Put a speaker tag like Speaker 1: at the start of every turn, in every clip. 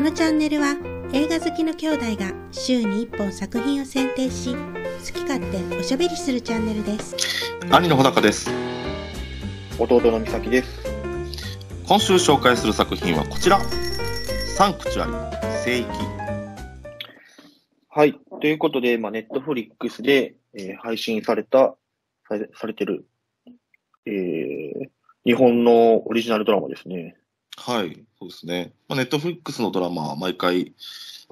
Speaker 1: のチャンネルは映画好きの兄弟が週に1本作品を選定し、好き勝手おしゃべりするチャンネルです。
Speaker 2: 兄の穂高です
Speaker 3: 弟の美咲です。
Speaker 2: 今週紹介する作品はこちらサンクチュアリ聖域
Speaker 3: はい。ということで、まあ、ネットフリックスで、えー配信された、されされてる、えー日本のオリジナルドラマですね。
Speaker 2: はいそうですねまあネットフリックスのドラマは毎回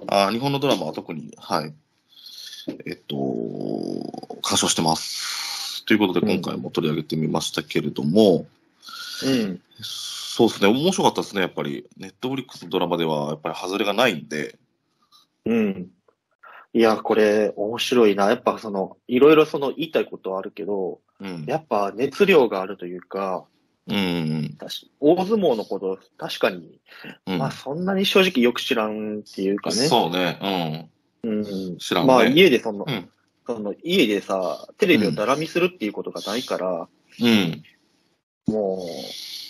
Speaker 2: あー日本のドラマは特にはいえっと歌唱してますということで今回も取り上げてみましたけれども、
Speaker 3: うん。
Speaker 2: そうですね面白かったですねやっぱりネットフリックスのドラマではやっぱり外れがないんで
Speaker 3: うん。いや、これ、面白いな。やっぱ、その、いろいろその、言いたいことはあるけど、
Speaker 2: うん
Speaker 3: やっぱ、熱量があるというか、
Speaker 2: うん
Speaker 3: 確か大相撲のこと、確かに、
Speaker 2: うん、
Speaker 3: まあ、そんなに正直よく知らんっていうかね。
Speaker 2: そうね
Speaker 3: うん
Speaker 2: うん。知らんね、
Speaker 3: まあ、家でその、
Speaker 2: うん
Speaker 3: その家でさ、テレビをだらみするっていうことがないから、
Speaker 2: うん
Speaker 3: も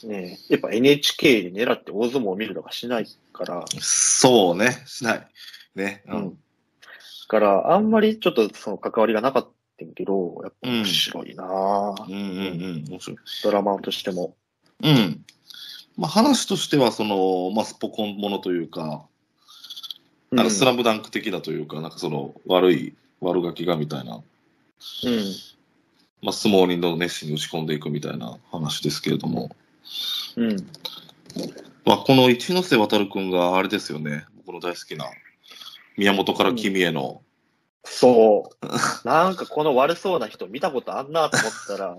Speaker 3: う、ね、やっぱ NHK で狙って大相撲を見るとかしないから、
Speaker 2: そうねしないね
Speaker 3: うん。だから、あんまりちょっとその関わりがなかったんやけど、やっぱ面白いなぁ、
Speaker 2: うんうんうん、面白い。
Speaker 3: ドラマとしても。
Speaker 2: うん。まあ話としては、その、まあスポコンものというか、なんかスラムダンク的だというか、なんかその悪い、悪ガキがみたいな、
Speaker 3: うん。
Speaker 2: まあ相撲人の熱心に打ち込んでいくみたいな話ですけれども、
Speaker 3: うん。
Speaker 2: まあこの一ノ瀬渡君があれですよね、僕の大好きな、宮本から君への、
Speaker 3: そう。なんかこの悪そうな人見たことあんなと思ったら、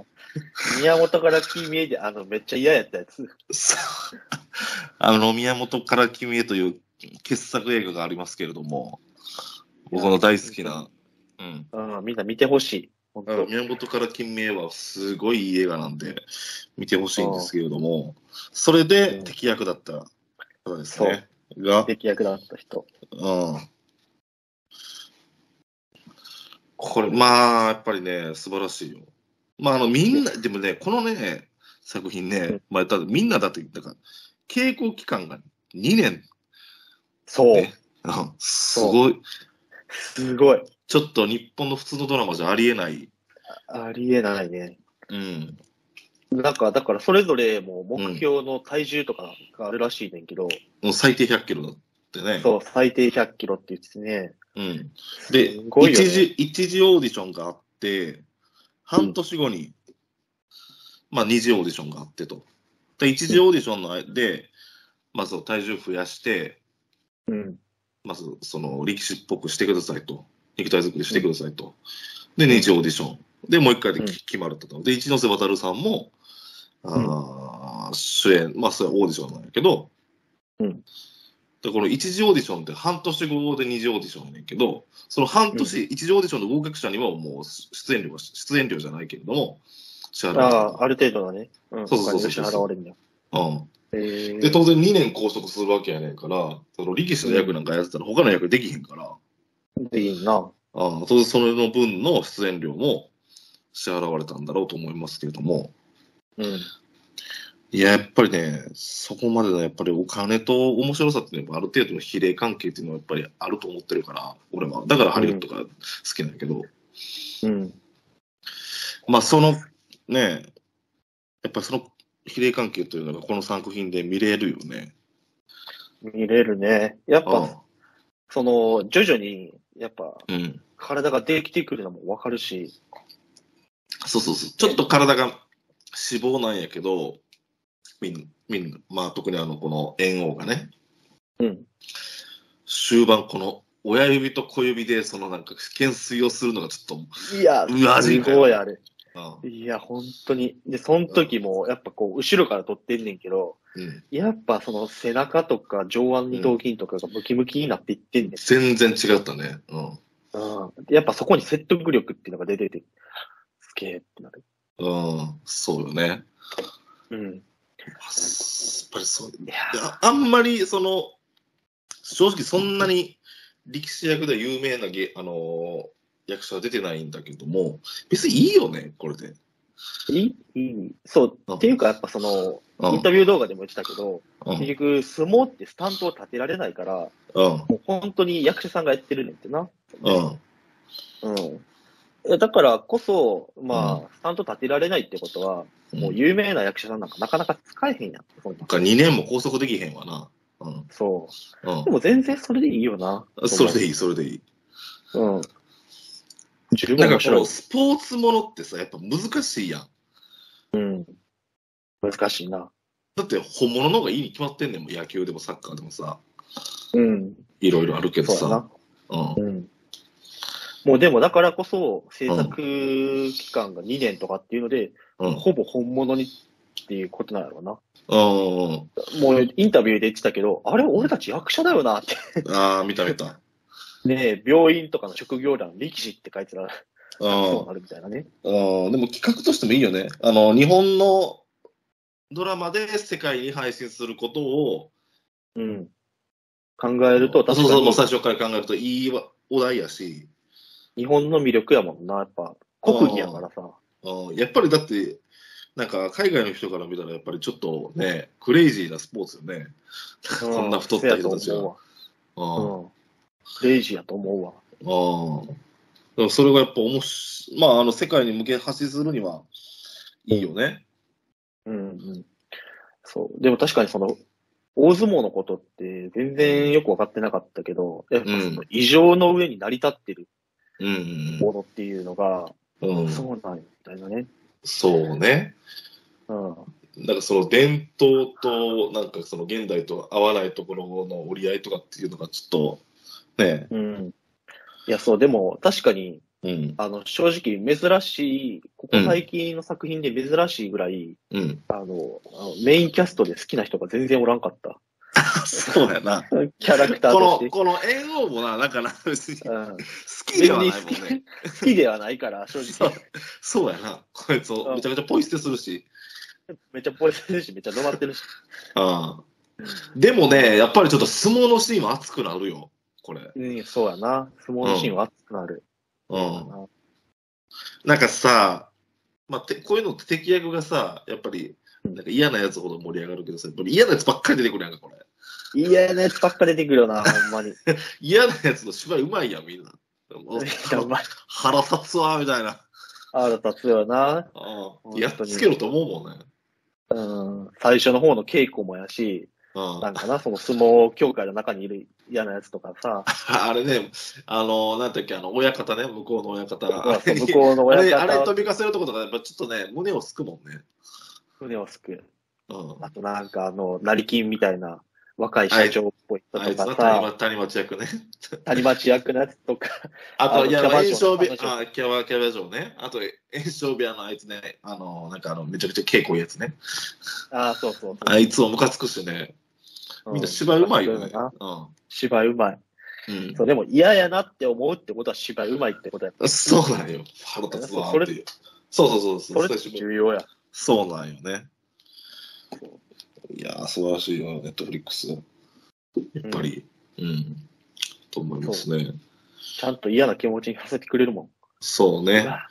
Speaker 3: 宮本から君へで、あの、めっちゃ嫌やったやつ。
Speaker 2: あの、宮本から君へという傑作映画がありますけれども、僕の大好きな、うん。
Speaker 3: うん、みんな見てほしい。本当、
Speaker 2: 宮本から金明はすごいいい映画なんで、見てほしいんですけれども、それで敵役だった方ですね。が、
Speaker 3: 敵役だった人。
Speaker 2: うん。これ、まあ、やっぱりね、素晴らしいよ。まあ、あの、みんな、でもね、このね、作品
Speaker 3: う
Speaker 2: ね
Speaker 3: ん、
Speaker 2: まあ、ただみんなだって言ったから、稽古期間が2年、
Speaker 3: そう
Speaker 2: ね。うんすごい、
Speaker 3: すごい。
Speaker 2: ちょっと日本の普通のドラマじゃありえない。
Speaker 3: ありえないね。
Speaker 2: うん。
Speaker 3: なんか、だから、それぞれもう目標の体重とかがあるらしいねんけど、
Speaker 2: もう最低100キロだってね。
Speaker 3: そう、最低100キロって言ってね。、
Speaker 2: うんです
Speaker 3: ごいよね
Speaker 2: 一時、一時オーディションがあって、半年後に、まあ二次オーディションがあってと。で、一次オーディションのあで、まあそう、体重増やして、
Speaker 3: うん。
Speaker 2: まず、その、力士っぽくしてくださいと。肉体作りしてくださいと。で、二次オーディション。で、もう一回で
Speaker 3: うん
Speaker 2: き決まると。で、一ノ瀬渡さんも、あー主演、まあ、それはオーディションなんやけど、
Speaker 3: うん
Speaker 2: で、この一次オーディションって半年後で二次オーディションやねんけど、その半年、一次オーディションの合格者にはもう出演料は、出演料じゃないけれども、支払
Speaker 3: あ
Speaker 2: わ
Speaker 3: あ、ある程度のね、うん、
Speaker 2: そうそうそう
Speaker 3: お金が支払われるんだよ。
Speaker 2: れるうん。
Speaker 3: え
Speaker 2: で、当然2年拘束するわけやねんから、その力士の役なんかやってたら他の役できへんから、
Speaker 3: で、いいな。
Speaker 2: ああ、当然それの分の出演料も支払われたんだろうと思いますけれども、
Speaker 3: うん。
Speaker 2: いや、やっぱりね、そこまでのやっぱりお金と面白さっていうのはある程度の比例関係っていうのはやっぱりあると思ってるから、俺は。だからハリウッドが好きなんだけど、
Speaker 3: うん。
Speaker 2: まあそのね、やっぱりその比例関係というのがこの作品で見れるよね。
Speaker 3: 見れるね。やっ
Speaker 2: あ
Speaker 3: ぱ、その、徐々に、やっぱ、
Speaker 2: あうん。
Speaker 3: 体ができてくるのもわかるし、
Speaker 2: そうそうそう。ちょっと体が脂肪なんやけど、みんみんな、まあ特にあのこの猿王がね、
Speaker 3: うん。
Speaker 2: 終盤、この親指と小指で、そのなんか、懸垂をするのがちょっ
Speaker 3: いや、
Speaker 2: うわ
Speaker 3: すごいあれ。
Speaker 2: と、
Speaker 3: いや、本当に。で、その時も、やっぱこう、後ろから撮ってんねんけど、
Speaker 2: うん、
Speaker 3: やっぱその背中とか上腕二頭筋とかがムキムキになっていってんね、
Speaker 2: 全然違ったね。うん。
Speaker 3: ん。うん。やっぱそこに説得力っていうのが出てて、すげえってなる。
Speaker 2: うん、そうよね。やっ
Speaker 3: うん。
Speaker 2: ぱりそう。
Speaker 3: いや
Speaker 2: ああんまり、その、正直そんなに力士役で有名なげ、あのー役者は出てないんだけども、別にいいよね、これで。
Speaker 3: いい、いい、そうう、
Speaker 2: ん
Speaker 3: っていうかやっぱその、
Speaker 2: うん
Speaker 3: インタビュー動画でも言ってたけど、
Speaker 2: う
Speaker 3: 結
Speaker 2: ん
Speaker 3: 局、相撲ってスタンドを立てられないから、
Speaker 2: うん
Speaker 3: もう本当に役者さんがやってるねんってな。
Speaker 2: うん
Speaker 3: うん。だからこそ、ま
Speaker 2: う
Speaker 3: あ、スタンド立てられないってことは、も
Speaker 2: う
Speaker 3: う
Speaker 2: ん
Speaker 3: 有名な役者さんなんかなかなか使えへんやん。そんな
Speaker 2: なんか2年も拘束できへんわな。うん。
Speaker 3: そうう。でも全然それでいいよな。
Speaker 2: ん。それで
Speaker 3: いい。
Speaker 2: いい、それでいい。
Speaker 3: うん。十分
Speaker 2: なん
Speaker 3: 面
Speaker 2: かこ
Speaker 3: 白
Speaker 2: う、
Speaker 3: い。
Speaker 2: スポーツものってさ、やっぱ難しいやん。
Speaker 3: うん。難しいな。
Speaker 2: だって本物の方がいいに決まってんねんもん、野球でもサッカーでもさ、
Speaker 3: うん。
Speaker 2: いろいろあるけど
Speaker 3: そうだ
Speaker 2: さ
Speaker 3: な。。
Speaker 2: うん。
Speaker 3: うん。もうでもだからこそ、制作期間が2年とかっていうので、
Speaker 2: うん。
Speaker 3: ほぼ本物にっていうことなんやろうな。
Speaker 2: うん。
Speaker 3: もうインタビューで言ってたけど、あれ俺たち役者だよなって。
Speaker 2: ああ、見た見た。
Speaker 3: ねえ病院とかの職業欄、力士って書いてたら、
Speaker 2: う。
Speaker 3: そうんなるみたいなね。
Speaker 2: うんでも企画としてもいいよね。あの、日本のドラマで世界に配信することを、
Speaker 3: うん。考えると、
Speaker 2: そう
Speaker 3: 確か
Speaker 2: そう、もう
Speaker 3: に
Speaker 2: 最初から考えるといいお題やし、
Speaker 3: 日本の魅力やもんな、やっぱ。国技やからさ。
Speaker 2: うんやっぱりだって、なんか海外の人から見たら、やっぱりちょっとね、クレイジーなスポーツよね。こんな太った人たち
Speaker 3: そうや
Speaker 2: が。
Speaker 3: と
Speaker 2: うん
Speaker 3: 思うわ。うん。クレイジーやと思うわ。
Speaker 2: ああ。でもそれがやっぱ面白い。まあ、あの、世界に向け発信するには、いいよね。
Speaker 3: うんうん。そう。でも確かにその、大相撲のことって全然よく分かってなかったけど、やっぱその異常の上に成り立ってる
Speaker 2: うん
Speaker 3: ものっていうのが、
Speaker 2: うんうん。うん。
Speaker 3: そうなんみたいなね。
Speaker 2: そうね。
Speaker 3: うん。
Speaker 2: なんかその伝統と、なんかその現代と合わないところの折り合いとかっていうのがちょっと、ね。
Speaker 3: うん。いや、そう、でも確かに、
Speaker 2: うん。
Speaker 3: あの、正直珍しい、ここ最近の作品で珍しいぐらい、
Speaker 2: うん。
Speaker 3: あの、あのメインキャストで好きな人が全然おらんかった。
Speaker 2: そうやな。
Speaker 3: キャラクターとし
Speaker 2: この、
Speaker 3: て。
Speaker 2: この猿王もな、なんかな、別に好
Speaker 3: うん、
Speaker 2: きではないもん ね。
Speaker 3: 好きではないから、正
Speaker 2: そ
Speaker 3: 直
Speaker 2: う。そうやな。こいつをめちゃめちゃポイ捨てするし。
Speaker 3: めっちゃポイ捨てるし、めっちゃ止まってるし。
Speaker 2: ああ。でもね、やっぱりちょっと相撲のシーンは熱くなるよ、これ。
Speaker 3: うん、そうやな。相撲のシーンは熱くなる。
Speaker 2: うん。なんかさ、まあ、てこういうのって敵役がさ、やっぱり、なんか嫌なやつほど盛り上がるけどさ、やっぱり嫌なやつばっかり出てくるやんか、これ。
Speaker 3: 嫌なやつばっか出てくる よな、ほんまに。い
Speaker 2: 嫌なやつの芝居うまいやん、 みんな。もう
Speaker 3: や、まあ、
Speaker 2: 腹立つわ、みたいな。
Speaker 3: 腹立つよな。
Speaker 2: あ
Speaker 3: 本当
Speaker 2: あ
Speaker 3: に
Speaker 2: やっつけろと思うもんね。
Speaker 3: うん。最初の方の稽古もやし、
Speaker 2: うん
Speaker 3: なんかな、その相撲協会の中にいる嫌なやつとかさ、
Speaker 2: あれね、あの、なんていうっけ、あの、親方ね、向こうの親方。
Speaker 3: そう
Speaker 2: あ
Speaker 3: そう
Speaker 2: れ
Speaker 3: 向こうの
Speaker 2: あ
Speaker 3: 親
Speaker 2: れあれ
Speaker 3: 方
Speaker 2: 飛びかせるとことか、やっぱちょっとね、胸をすくもんね。
Speaker 3: 船をすく。
Speaker 2: うん。
Speaker 3: あとなんかあの、成金みたいな若い社長っぽい人
Speaker 2: あ
Speaker 3: と
Speaker 2: いつ
Speaker 3: か
Speaker 2: な、谷
Speaker 3: さ、
Speaker 2: 町谷町役ね。
Speaker 3: 谷町役のやつとか、
Speaker 2: あと、
Speaker 3: あ
Speaker 2: いや、
Speaker 3: キャバ
Speaker 2: 炎症部
Speaker 3: 嬢
Speaker 2: あ、キャバ、キャバ嬢ね。あと、炎症部屋のあいつね、あの、なんかあの、めちゃくちゃ稽古いいやつね。
Speaker 3: ああ、そうそう
Speaker 2: あいつをムカつくしね、
Speaker 3: そう。
Speaker 2: みんな芝居うまいよ
Speaker 3: う
Speaker 2: ね
Speaker 3: ん。な
Speaker 2: う
Speaker 3: 芝居うまい。
Speaker 2: ん。
Speaker 3: そう、でも嫌やなって思うってことは芝居うまいってことや。
Speaker 2: うん。そうなんよ。腹立つわーっていう。そうそうそう
Speaker 3: そ
Speaker 2: そう
Speaker 3: れって重要や。
Speaker 2: そうなんよね。いやー、素晴らしいよ、ネットフリックス。やっぱり、うん、と思いますね。
Speaker 3: ちゃんと嫌な気持ちにさせてくれるもん。
Speaker 2: そう
Speaker 3: う
Speaker 2: ね。
Speaker 3: わ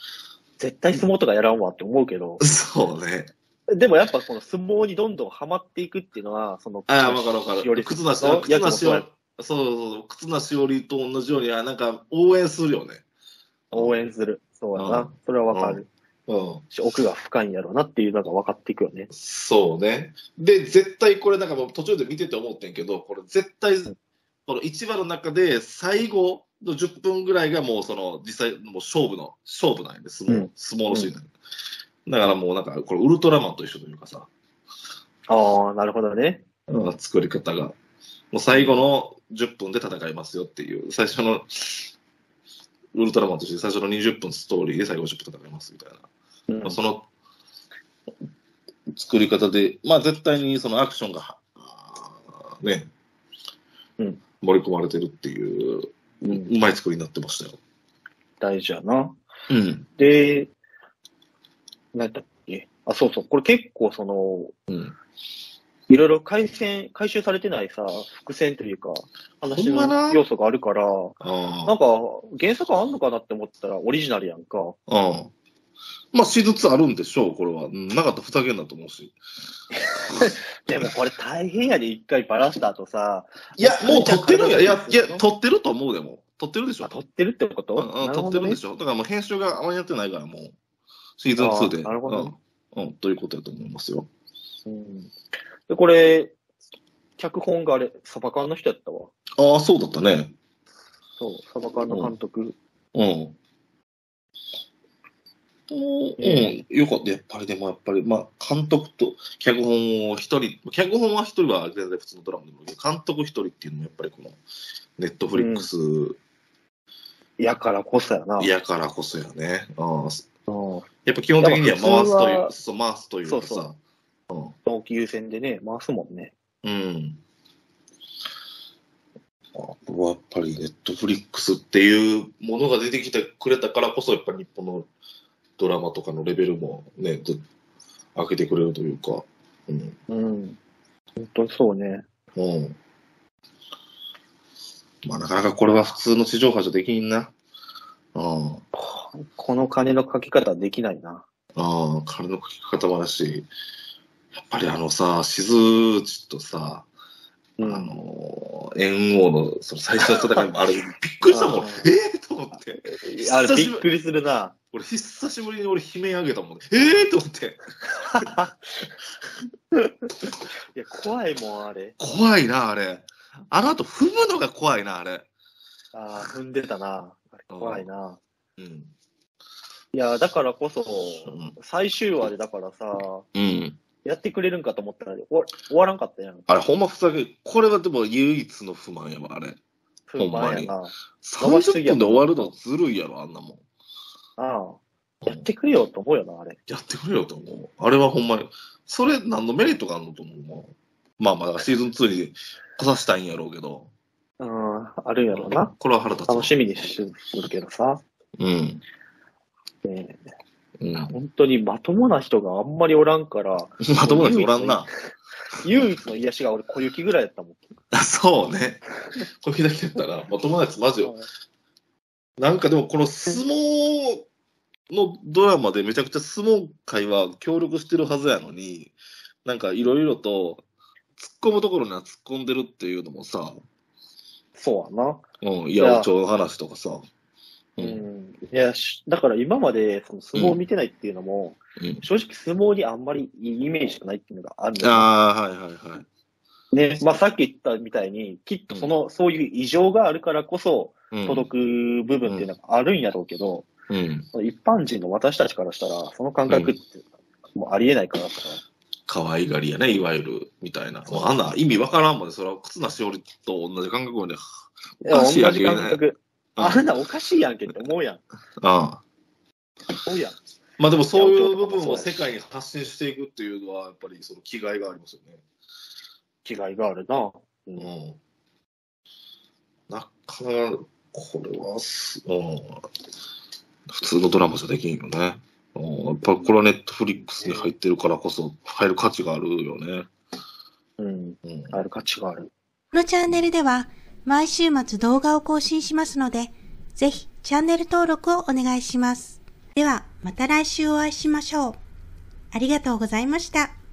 Speaker 3: 絶対相撲とかやらんわって思うけど、
Speaker 2: そうね。
Speaker 3: でもやっぱこの相撲にどんどんハマっていくっていうのは、その、
Speaker 2: ああ、わかるわか
Speaker 3: よ
Speaker 2: る。
Speaker 3: り
Speaker 2: 靴なし
Speaker 3: そう
Speaker 2: おり、靴なしお
Speaker 3: や
Speaker 2: り、そうそうそう、靴なしおりと同じように、あなんか応援するよね。
Speaker 3: 応援する。そうや
Speaker 2: う
Speaker 3: な。それはわかる。
Speaker 2: うん。
Speaker 3: し奥が深いんやろうなっていうのが分かっていくよね。
Speaker 2: そうね。で、絶対これなんかもう途中で見てて思ってんけど、これ絶対、この1話の中で最後の10分ぐらいがもうその実際もう勝負の、勝負なんやね、相撲、
Speaker 3: うん
Speaker 2: 相撲のシーンなんやだからもうなんかこれウルトラマンと一緒というかさ、
Speaker 3: ああ、なるほどね。
Speaker 2: うん作り方が。もう最後の10分で戦いますよっていう、最初の、ウルトラマンとして最初の20分ストーリーで最後10分戦いますみたいな。
Speaker 3: うん
Speaker 2: まあ、その作り方で、まあ、絶対にそのアクションが、あーね、
Speaker 3: うん
Speaker 2: 盛り込まれてるっていう、う
Speaker 3: うん
Speaker 2: うまい作りになってましたよ。
Speaker 3: 大事やな。
Speaker 2: うん。
Speaker 3: で、なんだっけ。あ、そうそう。これ結構その、
Speaker 2: うん、
Speaker 3: いろいろ回線、回収されてないさ、伏線というか、話
Speaker 2: ほんま
Speaker 3: の
Speaker 2: な
Speaker 3: 要素があるから、な
Speaker 2: あ
Speaker 3: んか原作あんのかなって思ったらオリジナルやんか。
Speaker 2: あ。うん。まあ、しつつあるんでしょう、これは。うんなかったらふざけんなと思うし。
Speaker 3: でもこれ大変やで、一回バラした後さ。
Speaker 2: いや、もう撮ってるんや。いや、いや、撮ってると思うでも。撮ってるでしょ
Speaker 3: あ。撮ってるってこと
Speaker 2: うんうん、撮ってるんで
Speaker 3: ょ。
Speaker 2: しょ。だからもう編集があまりやってないから、もう、シーズン2で。
Speaker 3: あーなるほどね
Speaker 2: うん。うん、ということだと思いますよ。
Speaker 3: うんで、これ、脚本があれ、サバ缶の人やったわ。
Speaker 2: ああ、そうだったね。
Speaker 3: そう、サバ缶の監督。
Speaker 2: うん。うん、よかった。やっぱりでも、やっぱり、まあ、監督と脚本を一人、脚本は一人は全然普通のドラマでもいいけど、監督一人っていうのもやっぱりこの、ネットフリックス
Speaker 3: やからこそやな。
Speaker 2: やからこそやね。うん
Speaker 3: うん
Speaker 2: やっぱ基本的には回すとい
Speaker 3: やっぱ普通
Speaker 2: う、そ
Speaker 3: は
Speaker 2: う、回すというか
Speaker 3: そうそ
Speaker 2: さ。
Speaker 3: 同期優先でね、回すもんね。
Speaker 2: うん。あとはやっぱりネットフリックスっていうものが出てきてくれたからこそ、やっぱり日本のドラマとかのレベルもね、ず上げてくれるというか、うん。
Speaker 3: うん。本当にそうね。
Speaker 2: うん。まあなかなかこれは普通の地上波じゃできんな。うん。
Speaker 3: この金のかけ方できないな。
Speaker 2: ああ、彼の書き方もだし、やっぱりあのさ、しずちとさ、
Speaker 3: う
Speaker 2: あ
Speaker 3: ん。
Speaker 2: の、猿王のその最初の戦いもあ れ、びっくりしたもん。
Speaker 3: あ
Speaker 2: え
Speaker 3: ー
Speaker 2: えと思って。
Speaker 3: あ
Speaker 2: 久
Speaker 3: れ、
Speaker 2: しぶ
Speaker 3: び
Speaker 2: り
Speaker 3: っくりす るな。
Speaker 2: 俺、久しぶりに俺、悲鳴あげたもんね。ええと思って。
Speaker 3: いや、怖いもん、あれ。
Speaker 2: 怖いな、あれ。あの後、踏むのが怖いな、あれ。
Speaker 3: ああ、踏んでたな。あれ怖いな。
Speaker 2: うん。
Speaker 3: いや、だからこそ、
Speaker 2: うん。
Speaker 3: 最終話でだからさ、
Speaker 2: うん。
Speaker 3: やってくれるんかと思ったら、終わ終わらんかったやん。
Speaker 2: あれ、ほんまふざけ、これはでも唯一の不満やわ、あれ。
Speaker 3: 不
Speaker 2: ほんま
Speaker 3: 満
Speaker 2: に
Speaker 3: やな。回しす
Speaker 2: 30
Speaker 3: ぎや
Speaker 2: 分
Speaker 3: もん
Speaker 2: で終わるのずるいやろ、あんなもん。
Speaker 3: ああ。やってくれよと思うよな、あれ。
Speaker 2: やってくれよと思う。あれはほんまに、それ何のメリットがあるのと思うもん。まあまあ、だからシーズン2に来させたいんやろうけど、
Speaker 3: うん、あるんやろうな。
Speaker 2: これは腹立つわ。
Speaker 3: 楽しみにしてるけどさ、
Speaker 2: うん。
Speaker 3: ねえ
Speaker 2: うん。
Speaker 3: 本当にまともな人があんまりおらんから、
Speaker 2: まともな人おらんな。
Speaker 3: 唯一の癒しが俺、小雪ぐらいやったもん。
Speaker 2: そうね。これだけやったら、まともなやつマジよ。なんかでも、この相撲のドラマでめちゃくちゃ相撲界は協力してるはずやのに、なんかいろいろと突っ込むところには突っ込んでるっていうのもさ、
Speaker 3: そうやな。
Speaker 2: うん、い
Speaker 3: い
Speaker 2: や、
Speaker 3: や
Speaker 2: お蝶の話とかさ。う。
Speaker 3: うんん。いや、しだから今までその相撲を見てないっていうの
Speaker 2: う
Speaker 3: も、
Speaker 2: ん
Speaker 3: 正直相撲にあんまりいいイメージがないっていうのがあるんだよ
Speaker 2: ああ、はいはいはい。
Speaker 3: ね、まあさっき言ったみたいに、きっとその、そういう異常があるからこそ、
Speaker 2: うん
Speaker 3: 届く部分っていうのがあるんやろうけど、
Speaker 2: うん、
Speaker 3: 一般人の私たちからしたら、その感覚って、もうありえないからさ。
Speaker 2: 可愛がりやね、いわゆる、みたいな。もうあんな意味わからんもんね、それは靴なしおりと同じ感覚をね。
Speaker 3: いや、
Speaker 2: おか
Speaker 3: 同
Speaker 2: しい
Speaker 3: じ
Speaker 2: やん
Speaker 3: 感覚。あんなおかしいやんけって思うやん。
Speaker 2: ああ
Speaker 3: 思うやん。
Speaker 2: まあでもそういう部分を世界に発信していくっていうのは、やっぱりその気概がありますよ
Speaker 3: 違いがあるな。うん
Speaker 2: ね。うん。なかなか、これはす、うん。普通のドラマじゃできんよね。うん、やっぱりこれはネットフリックスに入ってるからこそ、入る価値があるよね。
Speaker 3: うん。
Speaker 2: うん。
Speaker 3: ある価値がある。
Speaker 1: このチャンネルでは毎週末動画を更新しますので、ぜひチャンネル登録をお願いします。ではまた来週お会いしましょう。ありがとうございました。